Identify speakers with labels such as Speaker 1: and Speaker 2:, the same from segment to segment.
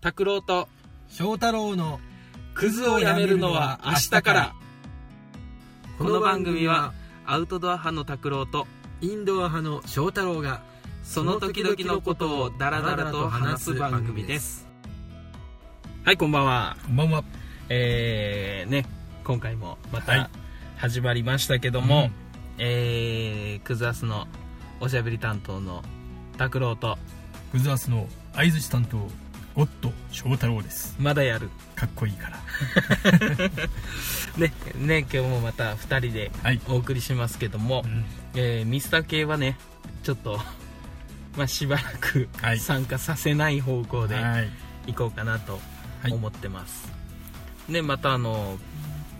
Speaker 1: 拓郎と
Speaker 2: 翔太郎の
Speaker 1: クズをやめるのは明日からこの番組はアウトドア派の拓郎と
Speaker 2: インドア派の翔太郎が
Speaker 1: その時々のことをダラダラと話す番組ですはいこんばんは
Speaker 2: こんばんは
Speaker 1: えー、ね今回もま
Speaker 2: は
Speaker 1: た
Speaker 2: い
Speaker 1: 始まりましたけども、
Speaker 2: うん
Speaker 1: えー、クズアスのおしゃべり担当の拓郎と
Speaker 2: クズアスの相槌担当ゴッド翔太郎です
Speaker 1: まだやる
Speaker 2: かっこいいから
Speaker 1: ねね今日もまた2人で
Speaker 2: はい、
Speaker 1: お送りしますけども、
Speaker 2: うん
Speaker 1: えーミスター系はねちょっと、 まあ、しばらく
Speaker 2: はい
Speaker 1: 参加させない方向で
Speaker 2: はい
Speaker 1: 行こうかなと
Speaker 2: はい
Speaker 1: 思ってます、でまたあの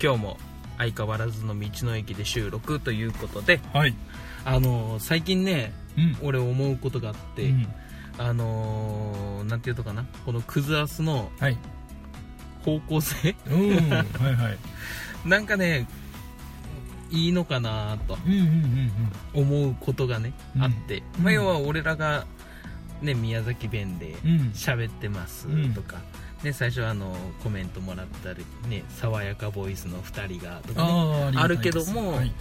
Speaker 1: 今日も相変わらずの道の駅で収録ということで
Speaker 2: はい
Speaker 1: あの最近ね
Speaker 2: うん
Speaker 1: 俺思うことがあって、
Speaker 2: うん
Speaker 1: あのなんていうのかなこのクズアスの
Speaker 2: はい
Speaker 1: 方向性
Speaker 2: うんはいはい
Speaker 1: なんかねいいのかなと
Speaker 2: うんうんうん
Speaker 1: 思うことがね、
Speaker 2: うん
Speaker 1: あって、
Speaker 2: うん
Speaker 1: まあ、要は俺らが、ね、宮崎弁で
Speaker 2: うんうん
Speaker 1: 喋ってますとか、ね、最初はあのコメントもらったり、ね、爽やかボイスの2人がとか、ね、
Speaker 2: あーありがたいです
Speaker 1: あるけども
Speaker 2: はい、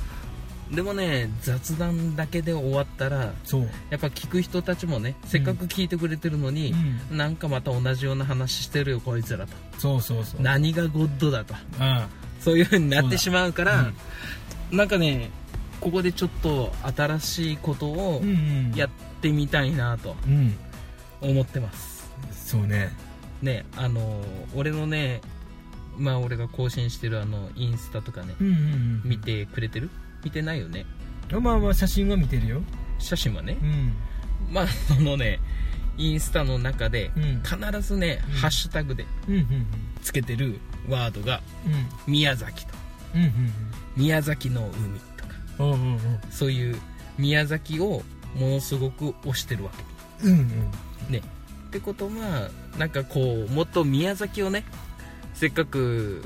Speaker 1: でもね雑談だけで終わったら
Speaker 2: そう、
Speaker 1: やっぱ聞く人たちもねせっかく聞いてくれてるのに、なんかまた同じような話してるよこいつらと
Speaker 2: そうそうそう
Speaker 1: 何がゴッドだと
Speaker 2: あ
Speaker 1: そういう風になってしまうから
Speaker 2: そうだ
Speaker 1: なんかねここでちょっと新しいことを
Speaker 2: ーうんうん
Speaker 1: やってみたいなと
Speaker 2: うん
Speaker 1: 思ってます
Speaker 2: そうね
Speaker 1: ねあの俺のねまあ俺が更新してるあのインスタとかね
Speaker 2: うんうん
Speaker 1: 見てくれてる見てないよね
Speaker 2: まあまあ写真は見てるよ
Speaker 1: 写真はね
Speaker 2: うん
Speaker 1: まあそのねインスタの中で
Speaker 2: うん
Speaker 1: 必ずね、
Speaker 2: うん
Speaker 1: ハッシュタグで
Speaker 2: うんうん
Speaker 1: つけてるワードが
Speaker 2: うん
Speaker 1: 宮崎と
Speaker 2: うんうん
Speaker 1: 宮崎の海とか
Speaker 2: うんうんうん
Speaker 1: そういう宮崎をものすごく推してるわけ
Speaker 2: うんうん
Speaker 1: ねってことはなんかこうもっと宮崎をねせっかく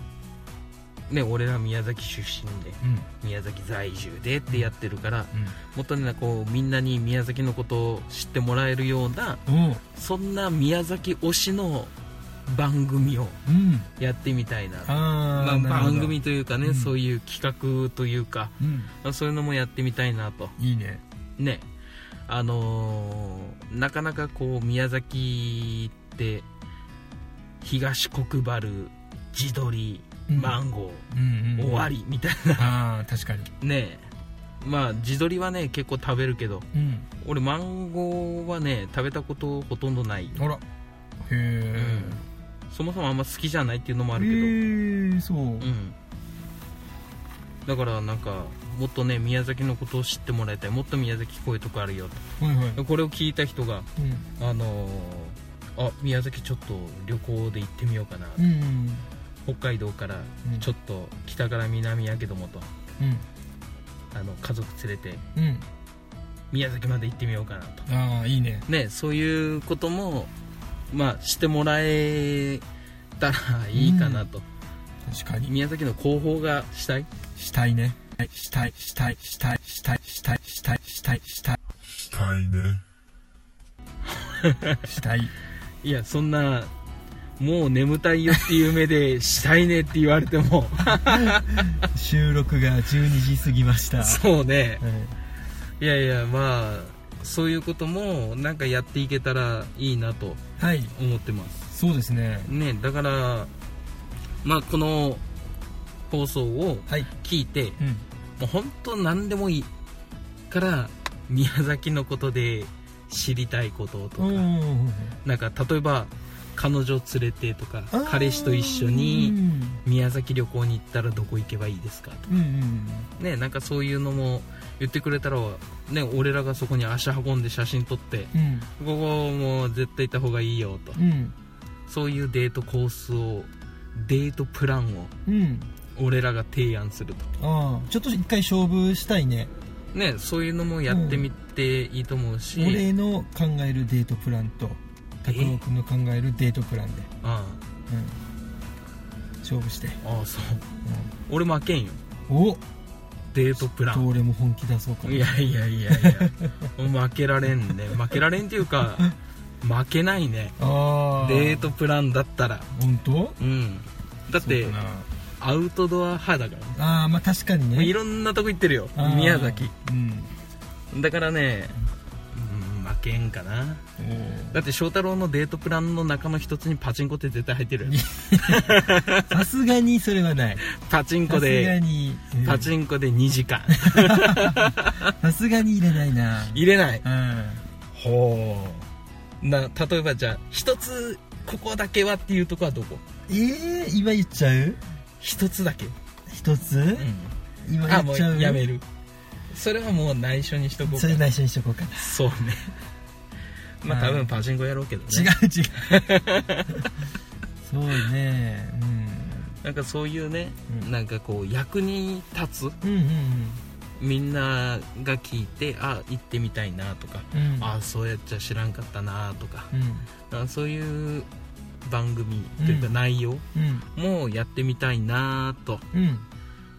Speaker 1: ね俺ら宮崎出身で
Speaker 2: うん
Speaker 1: 宮崎在住でってやってるから、
Speaker 2: うん
Speaker 1: もっとねこうみんなに宮崎のことを知ってもらえるような
Speaker 2: おう
Speaker 1: そんな宮崎推しの番組を
Speaker 2: うん
Speaker 1: やってみたいな
Speaker 2: あー
Speaker 1: まあ、
Speaker 2: なるほど
Speaker 1: 番組というかね、
Speaker 2: うん
Speaker 1: そういう企画というか
Speaker 2: うん
Speaker 1: そういうのもやってみたいなと
Speaker 2: いいね
Speaker 1: ねあのーなかなかこう宮崎って東国原地鶏
Speaker 2: うん
Speaker 1: マンゴ
Speaker 2: うん
Speaker 1: ー、
Speaker 2: うん
Speaker 1: 終わりみたいな
Speaker 2: ああ確かに
Speaker 1: ねまあ地鶏はね結構食べるけど
Speaker 2: うん
Speaker 1: 俺マンゴーはね食べたことほとんどない、
Speaker 2: あらへ
Speaker 1: う
Speaker 2: え
Speaker 1: んそもそもあんま好きじゃないっていうのもあるけど、
Speaker 2: へえそう
Speaker 1: うんだからなんかもっとね宮崎のことを知ってもらいたいもっと宮崎こういうとこあるよ
Speaker 2: はいはい
Speaker 1: とこれを聞いた人が
Speaker 2: うん
Speaker 1: あのーあ宮崎ちょっと旅行で行ってみようかな、
Speaker 2: うん
Speaker 1: 北海道から
Speaker 2: うん
Speaker 1: ちょっと北から南やけどもと
Speaker 2: うん
Speaker 1: あの家族連れて
Speaker 2: うん
Speaker 1: 宮崎まで行ってみようかなと
Speaker 2: ああいいね
Speaker 1: ねそういうこともまあしてもらえたらいいかなと、
Speaker 2: 確かに
Speaker 1: 宮崎の広報がしたい
Speaker 2: したいねしたいしたいしたいしたいしたいしたいしたいしたい
Speaker 3: したいね。
Speaker 2: したい
Speaker 1: いやそんなもう眠たいよっていう目でしたいねって言われても
Speaker 2: 収録が12時過ぎ ました
Speaker 1: そうね
Speaker 2: はい
Speaker 1: いやいやまあそういうこともなんかやっていけたらいいなと
Speaker 2: はい
Speaker 1: 思ってます
Speaker 2: そうですね
Speaker 1: ねだからまあこの放送を
Speaker 2: はい
Speaker 1: 聞いても
Speaker 2: うん
Speaker 1: う本当何でもいいから宮崎のことで知りたいこととか、
Speaker 2: うん
Speaker 1: なんか例えば彼女連れてとか彼氏と一緒に宮崎旅行に行ったらどこ行けばいいですかと
Speaker 2: うんうん
Speaker 1: ねなんかそういうのも言ってくれたらね俺らがそこに足運んで写真撮って
Speaker 2: うん
Speaker 1: ここもう絶対行った方がいいよと
Speaker 2: うん
Speaker 1: そういうデートコースをデートプランを
Speaker 2: うん
Speaker 1: 俺らが提案すると
Speaker 2: ああちょっと一回勝負したいね
Speaker 1: ねそういうのもやってみていいと思うし、
Speaker 2: 俺の考えるデートプランと拓郎君の考えるデートプランで、
Speaker 1: あ
Speaker 2: うん、勝負して、
Speaker 1: あああそう俺負けんよ
Speaker 2: うん、おっ
Speaker 1: デートプラン
Speaker 2: 俺も本気出そうかない
Speaker 1: やいやいやいや負けられんね負けられんっていうか負けないね
Speaker 2: ああ
Speaker 1: デートプランだったら
Speaker 2: 本当
Speaker 1: うんだって
Speaker 2: そうかな
Speaker 1: アウトドア派だから
Speaker 2: ああまあ確かに
Speaker 1: もう
Speaker 2: ね
Speaker 1: いろんなとこ行ってるよ
Speaker 2: あー
Speaker 1: 宮崎
Speaker 2: うん
Speaker 1: だからね、うん、負けんかな
Speaker 2: おー
Speaker 1: だって翔太郎のデートプランの中の一つにパチンコって絶対入ってるよ
Speaker 2: さすがにそれはない
Speaker 1: パチンコ
Speaker 2: さすが
Speaker 1: で
Speaker 2: にうん
Speaker 1: パチンコで2時間
Speaker 2: さすがに入れないな
Speaker 1: 入れない
Speaker 2: うん
Speaker 1: ほうな例えばじゃあ一つここだけはっていうとこはどこ
Speaker 2: ええ今言っちゃう
Speaker 1: 一つだけ、
Speaker 2: 一つ、今
Speaker 1: あ
Speaker 2: 言
Speaker 1: も
Speaker 2: っ
Speaker 1: う
Speaker 2: ちゃう
Speaker 1: やめるそれはもう内緒にしとこう
Speaker 2: そ
Speaker 1: か
Speaker 2: れ内緒にしとこうか
Speaker 1: そう ねまあ
Speaker 2: はい
Speaker 1: 多分パチンコやろうけどね
Speaker 2: 違う違う そうね
Speaker 1: なんかそういうね、
Speaker 2: うん
Speaker 1: なんかこう役に立つ
Speaker 2: うんうん
Speaker 1: みんなが聞いてあ行ってみたいなとか、
Speaker 2: うんうんうん
Speaker 1: あそうやっちゃ知らんかったなとか
Speaker 2: うん
Speaker 1: あそういう番組というか
Speaker 2: うん
Speaker 1: 内容
Speaker 2: うん
Speaker 1: もやってみたいなと
Speaker 2: うん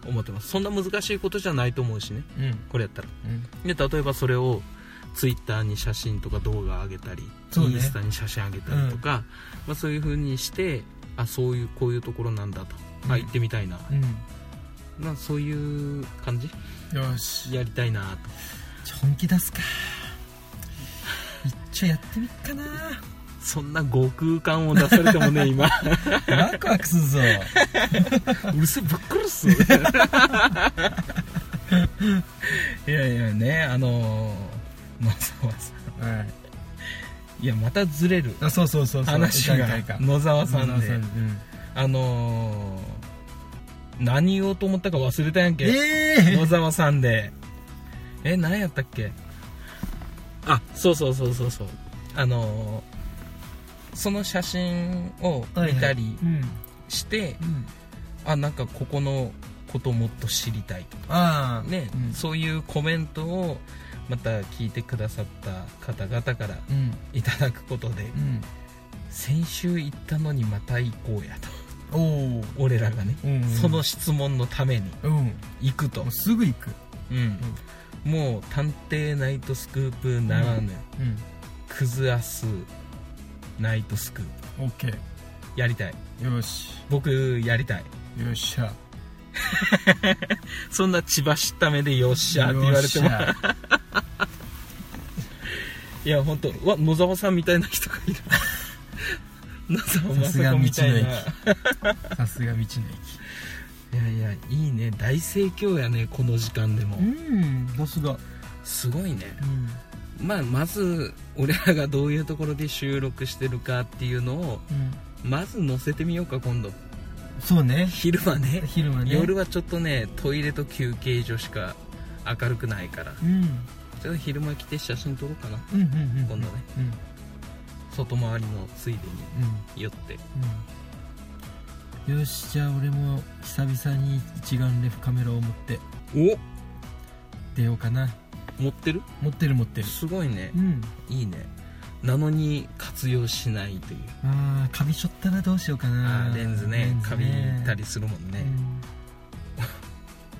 Speaker 1: 思ってますそんな難しいことじゃないと思うしね
Speaker 2: うん
Speaker 1: これやったら
Speaker 2: うん
Speaker 1: で例えばそれをツイッターに写真とか動画上げたり、
Speaker 2: そう
Speaker 1: イ
Speaker 2: ね
Speaker 1: ンスタに写真上げたりとか、まあ、そういう風にしてあそういうこういうところなんだと、
Speaker 2: う
Speaker 1: あ
Speaker 2: ん
Speaker 1: 行ってみたいな、まあ、そういう感じ
Speaker 2: うんよし
Speaker 1: やりたいなと
Speaker 2: 本気出すか一応やってみっかな
Speaker 1: そんな悟空感を出されても ね今
Speaker 2: ワクワクするぞ
Speaker 1: うるせえぶっ殺す いやいやねあのー、野沢さ
Speaker 2: はい
Speaker 1: んいやまたずれる
Speaker 2: あそうそうそうそう
Speaker 1: 話が
Speaker 2: いかんいかんいかん
Speaker 1: 野沢さんで
Speaker 2: そうそううん
Speaker 1: あのー、何言おうと思ったか忘れたやんけ
Speaker 2: え
Speaker 1: 野沢さんでえ何やったっけあそうそうそうそうそうあのー、その写真を
Speaker 2: え
Speaker 1: 見たり
Speaker 2: うん
Speaker 1: して、
Speaker 2: うん
Speaker 1: あなんかここのこともっと知りたいとか
Speaker 2: ああ
Speaker 1: ね、
Speaker 2: うん
Speaker 1: そういうコメントをまた聞いてくださった方々から
Speaker 2: うん
Speaker 1: いただくことで
Speaker 2: うん
Speaker 1: 先週行ったのにまた行こうやと
Speaker 2: おお
Speaker 1: 俺らがね、
Speaker 2: うん
Speaker 1: その質問のために
Speaker 2: うんも
Speaker 1: 行くと
Speaker 2: う、すぐ行く
Speaker 1: うんもう「探偵ナイトスクープ」ならぬ
Speaker 2: うん
Speaker 1: 「クズアスナイトスクープ
Speaker 2: オッケ」
Speaker 1: やりたい
Speaker 2: ーよし
Speaker 1: 僕やりたい
Speaker 2: よっしゃ
Speaker 1: そんな千葉知った目で「よっしゃ」って言わ
Speaker 2: よ
Speaker 1: れ
Speaker 2: ってし
Speaker 1: も
Speaker 2: ゃ
Speaker 1: いや本当うわ野沢さんみたいな人が いる野沢
Speaker 2: さ
Speaker 1: ま
Speaker 2: す
Speaker 1: さか
Speaker 2: が 道の
Speaker 1: み
Speaker 2: 駅
Speaker 1: たいない
Speaker 2: さすが道の駅
Speaker 1: やいやいいね大盛況やねこの時間でも
Speaker 2: うんさすが
Speaker 1: すごいね
Speaker 2: うん
Speaker 1: まあまず俺らがどういうところで収録してるかっていうのを
Speaker 2: うん
Speaker 1: まず載せてみようか今度
Speaker 2: そうね
Speaker 1: 昼間ね
Speaker 2: 昼間ね
Speaker 1: 夜はちょっとねトイレと休憩所しか明るくないから
Speaker 2: うん
Speaker 1: ちょっと昼間来て写真撮ろうかな
Speaker 2: うんうんうん
Speaker 1: 今度ね
Speaker 2: うん
Speaker 1: 外回りのついでに寄って
Speaker 2: うんうんよしじゃあ俺も久々に一眼レフカメラを持って
Speaker 1: お
Speaker 2: 出ようかな
Speaker 1: 持ってる
Speaker 2: 持ってる持ってる
Speaker 1: すごいね
Speaker 2: うん
Speaker 1: いいねなのに活用しないという
Speaker 2: ああカビしょったらどうしようか
Speaker 1: あ
Speaker 2: な
Speaker 1: ーレンズねカビたりするもんね、
Speaker 2: うん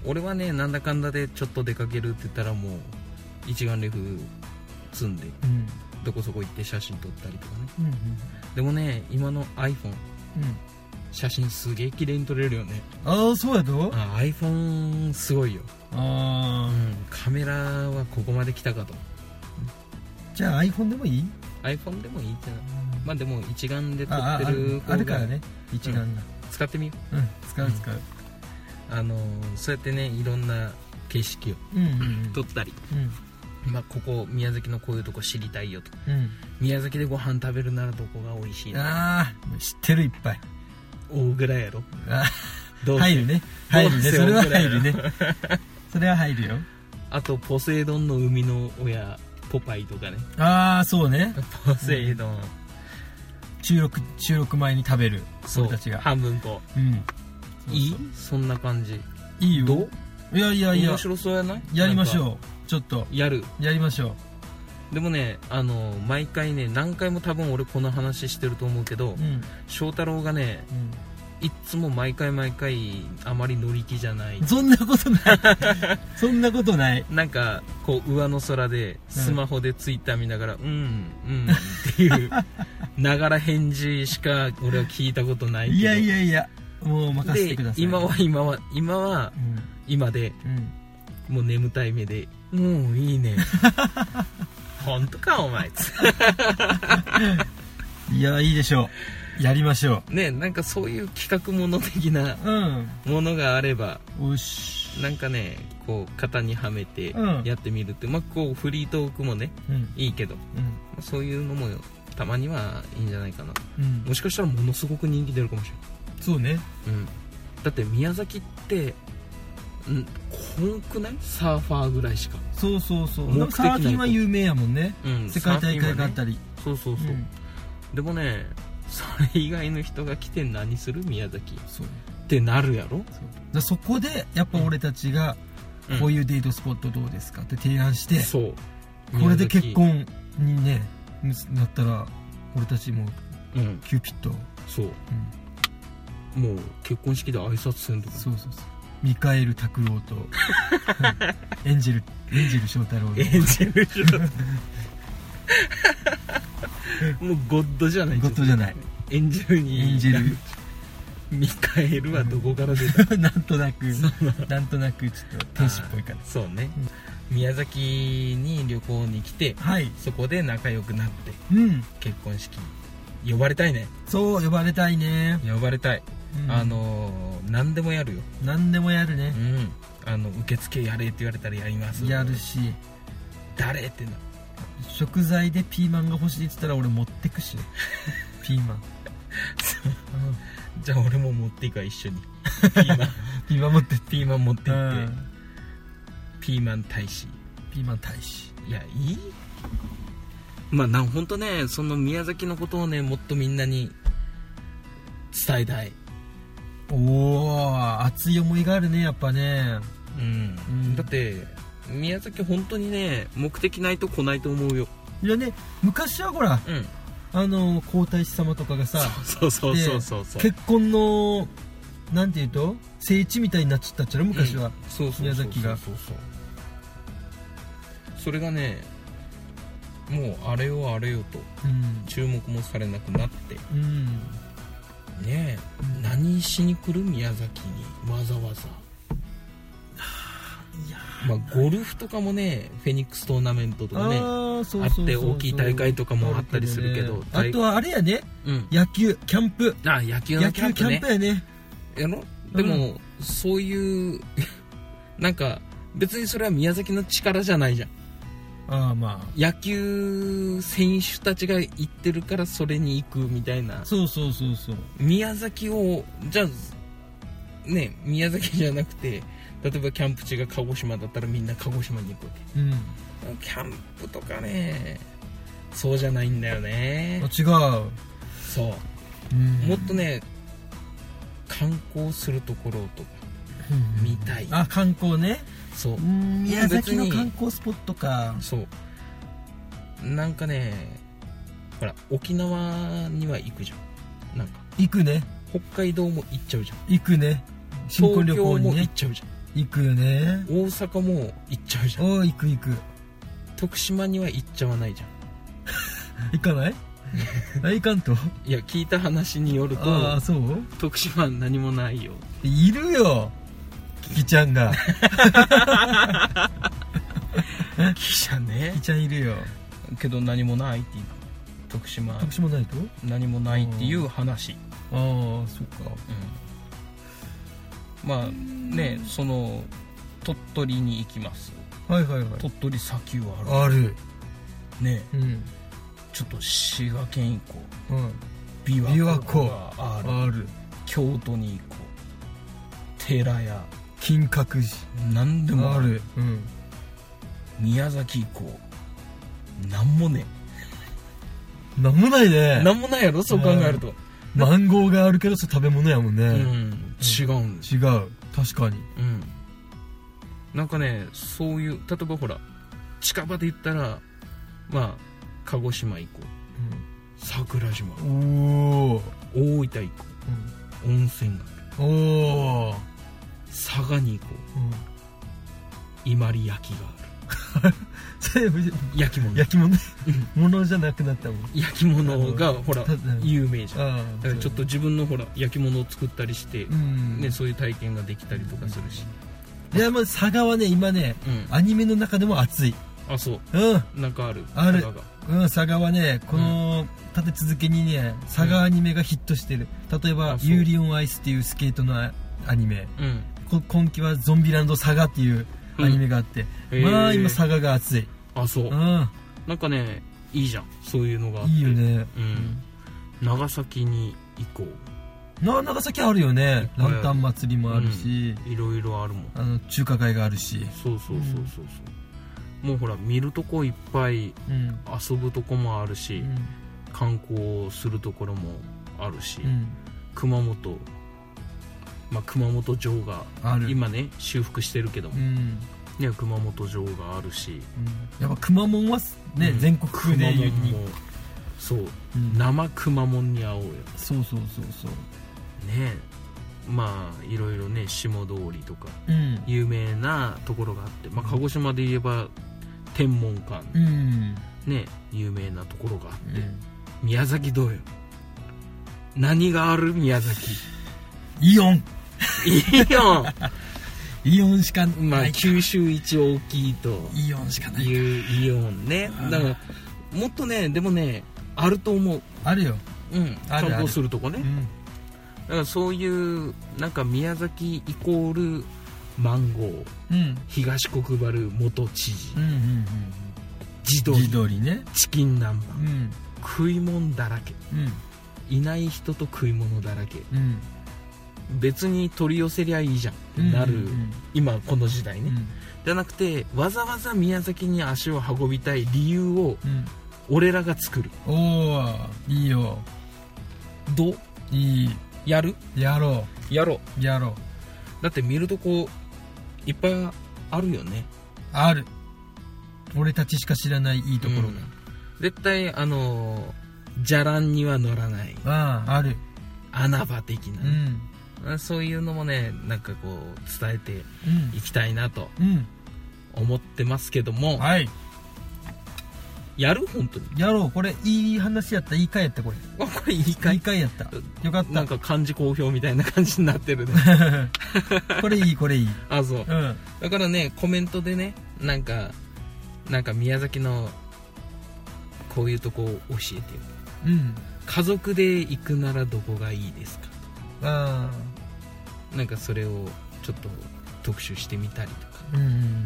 Speaker 1: 俺はねなんだかんだでちょっと出かけるって言ったらもう一眼レフ積んで
Speaker 2: うん
Speaker 1: どこそこ行って写真撮ったりとかね
Speaker 2: うんうん
Speaker 1: でもね今の iPhone
Speaker 2: うん
Speaker 1: 写真すげえ綺麗に撮れるよね
Speaker 2: ああそうやと
Speaker 1: あ iPhone すごいよ、
Speaker 2: あ
Speaker 1: う
Speaker 2: あ
Speaker 1: ん、カメラはここまで来たかと
Speaker 2: じゃあ iPhone でもいい
Speaker 1: iPhone でもいいってなまあでも一眼で撮ってる
Speaker 2: あああるあ
Speaker 1: 方
Speaker 2: るから
Speaker 1: が
Speaker 2: ね一眼が
Speaker 1: 使ってみよ
Speaker 2: うん、使う使う
Speaker 1: う、あのーそうやってねいろんな景色を
Speaker 2: うんうん
Speaker 1: 撮ったり
Speaker 2: うん
Speaker 1: まあ、ここ宮崎のこういうとこ知りたいよと
Speaker 2: う
Speaker 1: 宮崎でご飯食べるならどこが美味しい
Speaker 2: ん
Speaker 1: な
Speaker 2: ああ知ってるいっぱい
Speaker 1: 大蔵やろ
Speaker 2: あ
Speaker 1: どうせ
Speaker 2: 入るね入る
Speaker 1: どう
Speaker 2: ね
Speaker 1: せ
Speaker 2: それ
Speaker 1: 大
Speaker 2: は
Speaker 1: 蔵や
Speaker 2: 入
Speaker 1: ろ
Speaker 2: るねそれは入るよ
Speaker 1: あとポセイドンの生みの親ポパイとかね
Speaker 2: ああそうね
Speaker 1: ポセイドン、
Speaker 2: 収録収録前に食べる
Speaker 1: そう
Speaker 2: 俺たちが
Speaker 1: 半分こ
Speaker 2: うん
Speaker 1: いい
Speaker 2: そう
Speaker 1: そんな感じ
Speaker 2: そういい
Speaker 1: ど
Speaker 2: よ
Speaker 1: う
Speaker 2: いやいやいや
Speaker 1: 面白そうやない
Speaker 2: やりまし
Speaker 1: なんか
Speaker 2: ょうちょっと
Speaker 1: やる
Speaker 2: やりましょ
Speaker 1: でもねあの毎回ね何回も多分俺この話してると思うけど、
Speaker 2: ううん
Speaker 1: 翔太郎がね
Speaker 2: うん
Speaker 1: いっつも毎回毎回あまり乗り気じゃない
Speaker 2: そんなこ とないそんなことない
Speaker 1: なんかこう上の空でスマホでツイッター見ながら「うんうん」って いうながら返事しか俺は聞いたことないけど
Speaker 2: いやいやいやもう任せてくださ
Speaker 1: で
Speaker 2: い
Speaker 1: 今は今は今は
Speaker 2: う
Speaker 1: 今で
Speaker 2: んうん
Speaker 1: もう眠たい目で「うんいい ね」「本当かお前」つって
Speaker 2: いやいいでしょうやりましょ
Speaker 1: ねなんかそういう企画もの的な
Speaker 2: ううん
Speaker 1: ものがあれば
Speaker 2: おし
Speaker 1: なんかねこう型にはめて
Speaker 2: うん
Speaker 1: やってみるって、まあこうフリートークもね
Speaker 2: うん
Speaker 1: いいけど
Speaker 2: うん
Speaker 1: まあそういうのもたまにはいいんじゃないかな
Speaker 2: うん
Speaker 1: もしかしたらものすごく人気出るかもし
Speaker 2: そうね
Speaker 1: れない、うん、だって宮崎ってうんこんくないサーファーぐらいしか、
Speaker 2: そうそうそう
Speaker 1: 目的
Speaker 2: サーフィンは
Speaker 1: ないと
Speaker 2: 有名やもんね
Speaker 1: うん、
Speaker 2: 世界大会があっ
Speaker 1: り、
Speaker 2: たり
Speaker 1: そうそうそう、
Speaker 2: うん
Speaker 1: でもねそれ以外の人が来て何する宮崎っ
Speaker 2: そうね
Speaker 1: てなるやろ、
Speaker 2: そうだからそこでやっぱ俺たちが
Speaker 1: うん
Speaker 2: こういうデートスポットどうですかって提案して
Speaker 1: そう
Speaker 2: これで結
Speaker 1: 宮崎
Speaker 2: 婚にねむすなったら俺たちも
Speaker 1: うん
Speaker 2: キューピッド、うん、
Speaker 1: そうもう結婚式で挨拶せんとか
Speaker 2: そうそうそうミカエル拓郎とうんエンジェルエンジェル翔太郎の
Speaker 1: エンジェルショーもうゴッドじゃない
Speaker 2: ゴッドじゃない
Speaker 1: エンジェルに
Speaker 2: エンジェ
Speaker 1: ミカエルはどこから出た
Speaker 2: ルなんとなくなんとなくちょっと天使っぽいから
Speaker 1: そうね、宮崎に旅行に来て
Speaker 2: はい
Speaker 1: そこで仲良くなって
Speaker 2: うん
Speaker 1: 結婚式呼ばれたいね
Speaker 2: そう呼ばれたいね、
Speaker 1: 呼ばれたい、
Speaker 2: うん
Speaker 1: あのー何でもやるよ、
Speaker 2: 何でもやるね
Speaker 1: う、ん、あの受付やれって言われたらやります
Speaker 2: やるし
Speaker 1: 誰ってな
Speaker 2: 食材でピーマンが欲しいって言ったら俺持ってく しねピーマン
Speaker 1: じゃあ俺も持っていくわ一 緒にピーマン
Speaker 2: ピーマン持ってって
Speaker 1: ピーマン持ってって、
Speaker 2: うん
Speaker 1: ピーマン大使
Speaker 2: ピーマン大使
Speaker 1: いやいいまあなん本当ねその宮崎のことをねもっとみんなに伝えたい
Speaker 2: おお熱い思いがあるねやっぱね
Speaker 1: うん、
Speaker 2: うん
Speaker 1: だって宮崎本当にね目的ないと来ないと思うよ
Speaker 2: いやね昔はほら
Speaker 1: うん
Speaker 2: あの皇太子様とかがさ
Speaker 1: そうそうそうそうそう
Speaker 2: 結婚のなんていうと聖地みたいになっちゃったっちゃろ昔は、
Speaker 1: そうそうそう
Speaker 2: 宮崎が
Speaker 1: そうそうそうそれがねもうあれよあれよと
Speaker 2: うん
Speaker 1: 注目もされなくなって
Speaker 2: うん
Speaker 1: ねえ何しに来る宮崎にわざわざ
Speaker 2: いや
Speaker 1: まあ、ゴルフとかもねフェニックストーナメントとかね
Speaker 2: あ
Speaker 1: あって大きい大会とかもあったりするけど
Speaker 2: あとはあれやね
Speaker 1: うん
Speaker 2: 野球キャンプ
Speaker 1: あ野球の
Speaker 2: 野
Speaker 1: キャ
Speaker 2: 球
Speaker 1: ン
Speaker 2: キ
Speaker 1: プ
Speaker 2: ャン
Speaker 1: ね
Speaker 2: プやね
Speaker 1: やろでも、そういう なんか別にそれは宮崎の力じゃないじゃん
Speaker 2: ああま
Speaker 1: 野球選手たちが行ってるからそれに行くみたいな
Speaker 2: あそうそうそうそう
Speaker 1: 宮崎をじゃあね宮崎じゃなくて例えばキャンプ地が鹿児島だったらみんな鹿児島に行くわ
Speaker 2: うん
Speaker 1: けキャンプとかねそうじゃないんだよね
Speaker 2: あ違う、
Speaker 1: そう
Speaker 2: うん
Speaker 1: もっとね観光するところとか
Speaker 2: うん
Speaker 1: 見たい
Speaker 2: あ観光ね
Speaker 1: そう
Speaker 2: うん宮崎の
Speaker 1: 別に
Speaker 2: 観光スポットか
Speaker 1: そうなんかねほら沖縄には行くじゃんなんか
Speaker 2: 行くね
Speaker 1: 北海道も行っちゃうじゃん
Speaker 2: 行くね新婚
Speaker 1: 東
Speaker 2: 旅
Speaker 1: 京も
Speaker 2: 行に
Speaker 1: 行っ
Speaker 2: ね
Speaker 1: ちゃうじゃん
Speaker 2: 行くよね
Speaker 1: 大阪も行っちゃうじゃん
Speaker 2: おー行く行く
Speaker 1: 徳島には行っちゃわないじゃ
Speaker 2: 行か ないあ行かんと
Speaker 1: んいや聞いた話によると
Speaker 2: ああそう
Speaker 1: 徳島は何もないよ
Speaker 2: いるよキキちゃん が
Speaker 1: 記者ね
Speaker 2: キキちゃんいるよ
Speaker 1: けど何もないっていう徳島
Speaker 2: 徳島ないと
Speaker 1: 何もないっていう話
Speaker 2: ああそっか
Speaker 1: うんまあねその鳥取に行きます
Speaker 2: はいはいはい
Speaker 1: 鳥取砂丘はあ
Speaker 2: ある
Speaker 1: るね
Speaker 2: うん
Speaker 1: ちょっと滋賀県行こ
Speaker 2: うん
Speaker 1: う琵
Speaker 2: 琵琶
Speaker 1: 琶湖
Speaker 2: 湖
Speaker 1: がある
Speaker 2: ある
Speaker 1: 京都に行こう寺や
Speaker 2: 金閣
Speaker 1: 何でも
Speaker 2: 寺
Speaker 1: あ
Speaker 2: あ
Speaker 1: る
Speaker 2: るうん
Speaker 1: 宮崎行こうなんもね
Speaker 2: なんもない
Speaker 1: え
Speaker 2: ね
Speaker 1: なんもないやろそう考えると
Speaker 2: マンゴーがあるけどそれ食べ物やもんね、
Speaker 1: うん
Speaker 2: 違う
Speaker 1: 違うんです
Speaker 2: 確かに
Speaker 1: うんなんかねそういう例えばほら近場で言ったらまあ鹿児島行こう桜島
Speaker 2: おお、
Speaker 1: 大分行こ
Speaker 2: うん
Speaker 1: 温泉が
Speaker 2: おお、
Speaker 1: 佐賀にこ
Speaker 2: うん、
Speaker 1: う伊万里焼きがあ
Speaker 2: 全部
Speaker 1: る焼き物
Speaker 2: 焼き物物じゃなくなったもん
Speaker 1: 焼き物
Speaker 2: あ
Speaker 1: が
Speaker 2: の
Speaker 1: ほら
Speaker 2: たうん
Speaker 1: 有名じゃん
Speaker 2: ああ
Speaker 1: だからちょっと自分のほら焼き物を作ったりして
Speaker 2: う、ん
Speaker 1: ね、そういう体験ができたりとかするし、
Speaker 2: いやまあ佐賀はね今ね
Speaker 1: うん、
Speaker 2: アニメの中でも熱い
Speaker 1: あそう
Speaker 2: うん
Speaker 1: なんかある
Speaker 2: ある
Speaker 1: 佐賀が
Speaker 2: うん、佐賀はねこの立て続けにね佐賀アニメがヒットしてる例えば
Speaker 1: あ
Speaker 2: 「
Speaker 1: そう
Speaker 2: ユーリオンアイス」っていうスケートのアアニメ
Speaker 1: うん
Speaker 2: こ今期は「ゾンビランド佐賀」っていうアニメがあって、
Speaker 1: うん
Speaker 2: まあ
Speaker 1: へー
Speaker 2: 今佐賀が熱い
Speaker 1: あそう
Speaker 2: うん
Speaker 1: なんかねいいじゃんそういうのがあって
Speaker 2: いいよね
Speaker 1: うん、長崎に行こ
Speaker 2: な長崎あるよね
Speaker 1: いっぱい
Speaker 2: ラ
Speaker 1: ある
Speaker 2: ンタン祭りもあるし、
Speaker 1: ういろいろあるもん
Speaker 2: あの中華街があるし、
Speaker 1: そうそうそうそうそう、もうほら見るとこいっぱい
Speaker 2: うん
Speaker 1: 遊ぶとこもあるし、
Speaker 2: うん
Speaker 1: 観光するところもあるし、
Speaker 2: うん、
Speaker 1: 熊本、まあ、熊本城が
Speaker 2: ある、
Speaker 1: 今ね修復してるけど
Speaker 2: う
Speaker 1: も、
Speaker 2: ん
Speaker 1: ね熊本城があるし
Speaker 2: うん、やっぱ熊本はね、
Speaker 1: うん
Speaker 2: 全国
Speaker 1: 熊
Speaker 2: で
Speaker 1: 本
Speaker 2: 言うに、
Speaker 1: もそう
Speaker 2: うん
Speaker 1: 生熊本に会おうよ
Speaker 2: そうそうそうそう
Speaker 1: ねまあいろいろね下通りとか
Speaker 2: うん
Speaker 1: 有名なところがあって、まあ、鹿児島で言えば天文館
Speaker 2: うん、うん
Speaker 1: ね有名なところがあって、宮崎どうよ何がある宮 崎
Speaker 2: イオン
Speaker 1: いいよ
Speaker 2: イオンしかない、
Speaker 1: まあ九州一大きいと
Speaker 2: イオンしかない
Speaker 1: いうイオンね
Speaker 2: うん
Speaker 1: だからもっとねでもねあると思う
Speaker 2: あるよ、
Speaker 1: うん
Speaker 2: あ
Speaker 1: 観
Speaker 2: るある
Speaker 1: 光するとこね
Speaker 2: うん、
Speaker 1: だからそういうなんか宮崎イコールマンゴー
Speaker 2: うん
Speaker 1: 東国原元知事
Speaker 2: うんうん
Speaker 1: 自
Speaker 2: うん
Speaker 1: 動
Speaker 2: 自撮りね
Speaker 1: チキン南
Speaker 2: う
Speaker 1: 蛮
Speaker 2: ん
Speaker 1: 食い物だらけ
Speaker 2: うん
Speaker 1: いない人と食い物だらけ
Speaker 2: うん
Speaker 1: 別に取り寄せりゃいいじゃんって
Speaker 2: うん
Speaker 1: なる、
Speaker 2: うん
Speaker 1: 今この時代
Speaker 2: う
Speaker 1: ね、
Speaker 2: ん
Speaker 1: じゃなくてわざわざ宮崎に足を運びたい理由を
Speaker 2: うん
Speaker 1: 俺らが作る
Speaker 2: おーいいよ
Speaker 1: どう
Speaker 2: いい
Speaker 1: やる
Speaker 2: やろ
Speaker 1: やろう
Speaker 2: うやろう
Speaker 1: だって見るとこいっぱいあるよね
Speaker 2: ある俺たちしか知らないいいところが、
Speaker 1: うん絶対あのーじゃらんには乗らない
Speaker 2: ああある
Speaker 1: 穴場的
Speaker 2: う
Speaker 1: な、
Speaker 2: ん
Speaker 1: そういうのもねなんかこう伝えて
Speaker 2: うん
Speaker 1: いきたいなと
Speaker 2: うん
Speaker 1: 思ってますけども
Speaker 2: はい
Speaker 1: やる本当に
Speaker 2: やろうこれいい話やったいい回やったこれ
Speaker 1: あこれいいか
Speaker 2: い
Speaker 1: い
Speaker 2: い回やったよかっ
Speaker 1: なんか漢字好評みたいな感じになってるね
Speaker 2: たこれいいこれいい
Speaker 1: あそう
Speaker 2: うん
Speaker 1: だからねコメントでねなんかなんか宮崎のこういうとこを教えてよ
Speaker 2: うん
Speaker 1: 家族で行くならどこがいいですか
Speaker 2: あ
Speaker 1: なんかそれをちょっと特集してみたりとか
Speaker 2: あうん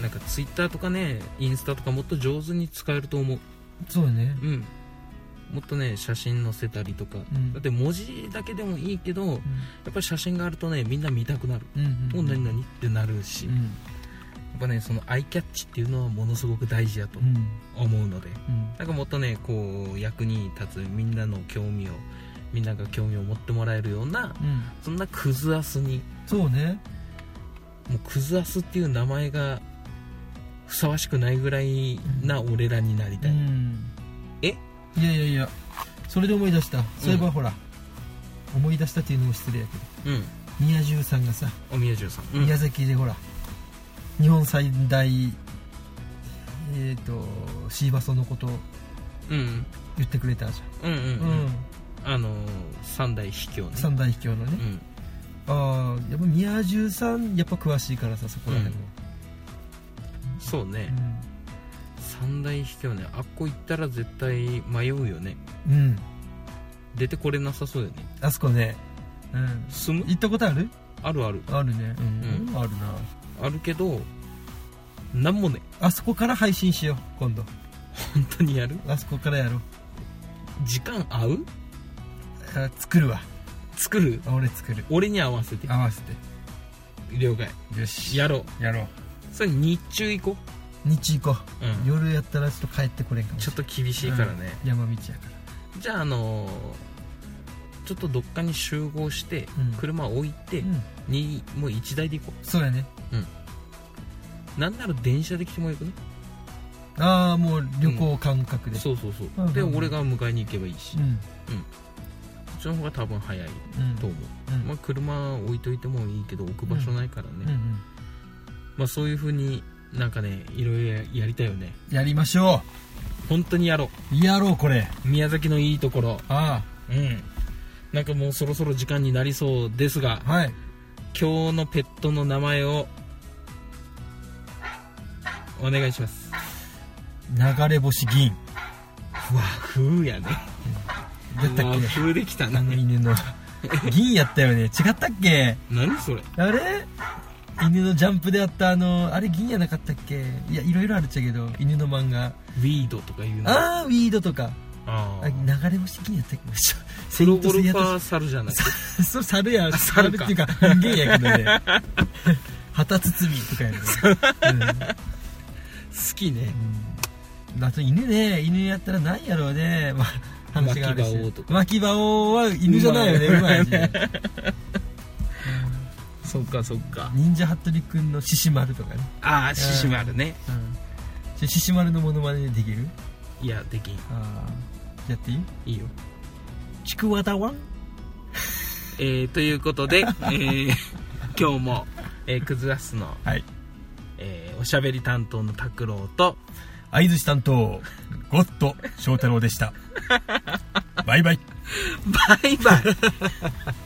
Speaker 1: なんかツイッターとかねインスタとかもっと上手に使えると思う
Speaker 2: そうね
Speaker 1: うんもっとね写真載せたりとか、
Speaker 2: うん
Speaker 1: だって文字だけでもいいけどやっぱり写真があるとねみんな見たくなる
Speaker 2: うん
Speaker 1: 「
Speaker 2: う
Speaker 1: お
Speaker 2: ん
Speaker 1: 何々?」ってなるし、
Speaker 2: う
Speaker 1: や
Speaker 2: ん
Speaker 1: っぱねそのアイキャッチっていうのはものすごく大事だと
Speaker 2: うん
Speaker 1: 思うので、
Speaker 2: うん
Speaker 1: なんかもっとねこう役に立つみんなの興味をみんなが興味を持ってもらえるような
Speaker 2: うん
Speaker 1: そんなクズアスに
Speaker 2: そうね
Speaker 1: もうクズアスっていう名前がふさわしくないぐらいな俺らになり
Speaker 2: う
Speaker 1: たい、
Speaker 2: ん
Speaker 1: え
Speaker 2: いやいやいやそれで思い出したそういえばほら思い出したっていうのも失礼やけど
Speaker 1: うん
Speaker 2: 宮中さんがさ
Speaker 1: お宮中さん、うん
Speaker 2: 宮崎でほら日本最大えっとシーバソのことを
Speaker 1: うん
Speaker 2: 言ってくれたじ
Speaker 1: うんうんう
Speaker 2: ゃ
Speaker 1: ん
Speaker 2: んうん
Speaker 1: あのー三代秘境ね
Speaker 2: 三大秘境の
Speaker 1: う
Speaker 2: ね
Speaker 1: ん
Speaker 2: ああやっぱ宮中さんやっぱ詳しいからさそこら辺も
Speaker 1: そうね、三大秘境ねあっこ行ったら絶対迷うよね
Speaker 2: うんうん
Speaker 1: 出てこれなさそうよね
Speaker 2: あそこねうん
Speaker 1: 住む
Speaker 2: 行ったことある
Speaker 1: あるある
Speaker 2: あるね
Speaker 1: うん
Speaker 2: うんあるな
Speaker 1: あるけどなんもね
Speaker 2: あそこから配信しよう今度
Speaker 1: 本当にやる
Speaker 2: あそこからやろう
Speaker 1: 時間合う
Speaker 2: あ作るわ
Speaker 1: 作る
Speaker 2: 俺作る
Speaker 1: 俺に合わせて
Speaker 2: 合わせて
Speaker 1: 了解
Speaker 2: よし
Speaker 1: やろう
Speaker 2: やろう
Speaker 1: それ日中行こ
Speaker 2: 日行こ
Speaker 1: う、う、
Speaker 2: うん夜やったらちょっと帰ってこれんかもし
Speaker 1: ちょ
Speaker 2: れ
Speaker 1: っ
Speaker 2: ん
Speaker 1: と厳しいからね、
Speaker 2: 山道やから
Speaker 1: じゃああのーちょっとどっかに集合して、
Speaker 2: うん
Speaker 1: 車置いて、
Speaker 2: うん
Speaker 1: にもう一台で行こ
Speaker 2: そうやね
Speaker 1: うなんなら電車で来てもよくね
Speaker 2: ああもう旅行感覚で
Speaker 1: そうそうそう、
Speaker 2: うんうん
Speaker 1: で
Speaker 2: うん
Speaker 1: 俺が迎えに行けばいいし、
Speaker 2: うん
Speaker 1: ちちの方が多分早い
Speaker 2: うん
Speaker 1: と思
Speaker 2: う
Speaker 1: う、
Speaker 2: ん
Speaker 1: まあ、車置いといてもいいけど置く場所ないからね、
Speaker 2: うんうん
Speaker 1: まあ、そういう風になんかねいろいろやりたいよね
Speaker 2: やりましょ
Speaker 1: 本当にやろ
Speaker 2: うやろうこれ
Speaker 1: う宮崎のいいところ
Speaker 2: あ
Speaker 1: うんなんかもうそろそろ時間になりそうですが
Speaker 2: あはい
Speaker 1: 今日のペットの名前をお願いします
Speaker 2: 流れ星銀
Speaker 1: 和風やね
Speaker 2: だったっ
Speaker 1: 和風できた
Speaker 2: け
Speaker 1: な
Speaker 2: あの 犬の銀やったよね違ったっけ
Speaker 1: 何それ
Speaker 2: あれ犬のジャンプであったあのあれ銀やなかったっけいやいろいろあるっちゃけど犬の漫画
Speaker 1: ウィードとかいうの
Speaker 2: ああウィードとか
Speaker 1: あ
Speaker 2: あ
Speaker 1: ー
Speaker 2: 流れ星銀やったっけちょセ
Speaker 1: プ
Speaker 2: イ
Speaker 1: ロ
Speaker 2: ント
Speaker 1: ゴ
Speaker 2: セ
Speaker 1: ル
Speaker 2: イ
Speaker 1: フ
Speaker 2: ヤ
Speaker 1: ァ
Speaker 2: と
Speaker 1: ー猿じゃない
Speaker 2: それ猿や
Speaker 1: あ猿か
Speaker 2: っていうか人間やけどね旗包みとかやね、
Speaker 1: 好きね
Speaker 2: うん、あと犬ね犬やったら何やろうね、まあ、話があるし
Speaker 1: 牧場王とか
Speaker 2: 巻き場王は犬じゃないよね
Speaker 1: う
Speaker 2: う
Speaker 1: ま
Speaker 2: ま
Speaker 1: い
Speaker 2: い
Speaker 1: ね
Speaker 2: し
Speaker 1: そっかそっか
Speaker 2: 忍者服部君の獅子丸とかね、
Speaker 1: ああ獅子丸ね
Speaker 2: ちょ獅子丸のモノマネできる
Speaker 1: いやできん
Speaker 2: あーやっていい
Speaker 1: いいよ
Speaker 2: ちくわだわん
Speaker 1: えー、ということ で、えー、今日も、えー、クズアスの、
Speaker 2: はい
Speaker 1: えーおしゃべり担当の拓郎と
Speaker 2: 相槌担当ゴッ ド翔太郎でしたバイバイ
Speaker 1: バイバイ